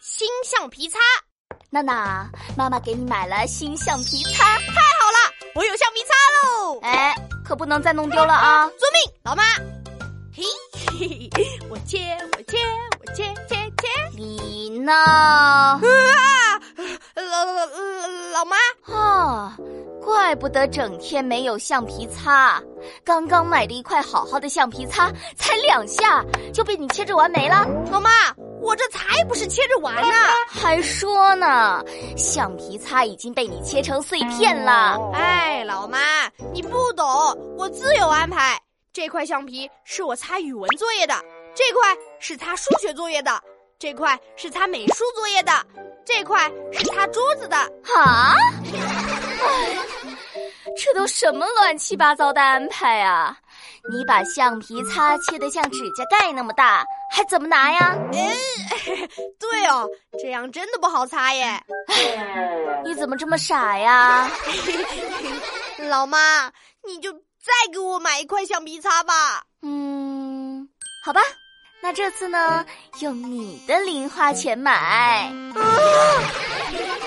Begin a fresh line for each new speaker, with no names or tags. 新橡皮擦。
娜娜，妈妈给你买了新橡皮擦，
太好了，我有橡皮擦喽！
哎，可不能再弄丢了啊！
遵命，老妈。嘿，嘿嘿我切，我切，我切切切。
你呢？
啊，老老呃老妈，
啊，怪不得整天没有橡皮擦，刚刚买了一块好好的橡皮擦，才两下就被你切着玩没了。
老妈，我这才不是切着玩啊呢。
还说呢，橡皮擦已经被你切成碎片了。
哎，老妈，你不懂，我自有安排。这块橡皮是我擦语文作业的，这块是擦数学作业的，这块是擦美术作业的，这块是擦桌子的。
啊！这都什么乱七八糟的安排啊！你把橡皮擦切得像指甲盖那么大，还怎么拿呀？
对哦，这样真的不好擦耶。
你怎么这么傻呀？
老妈，你就再给我买一块橡皮擦吧。
嗯，好吧，那这次呢，用你的零花钱买。
啊！